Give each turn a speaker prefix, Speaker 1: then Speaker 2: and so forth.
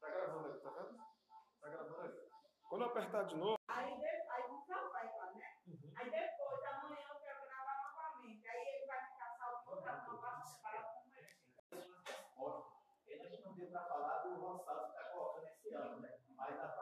Speaker 1: Tá gravando ali, tá vendo? Tá gravando ali. Quando eu apertar de novo.
Speaker 2: Aí, de, aí não só vai lá, né? Aí depois, amanhã eu quero gravar novamente. Aí ele vai ficar salvo outra mão, vai separar com mulher.
Speaker 3: Ótimo. Ele a gente não deu para falar do avançado que está colocando esse ano, né? Mas a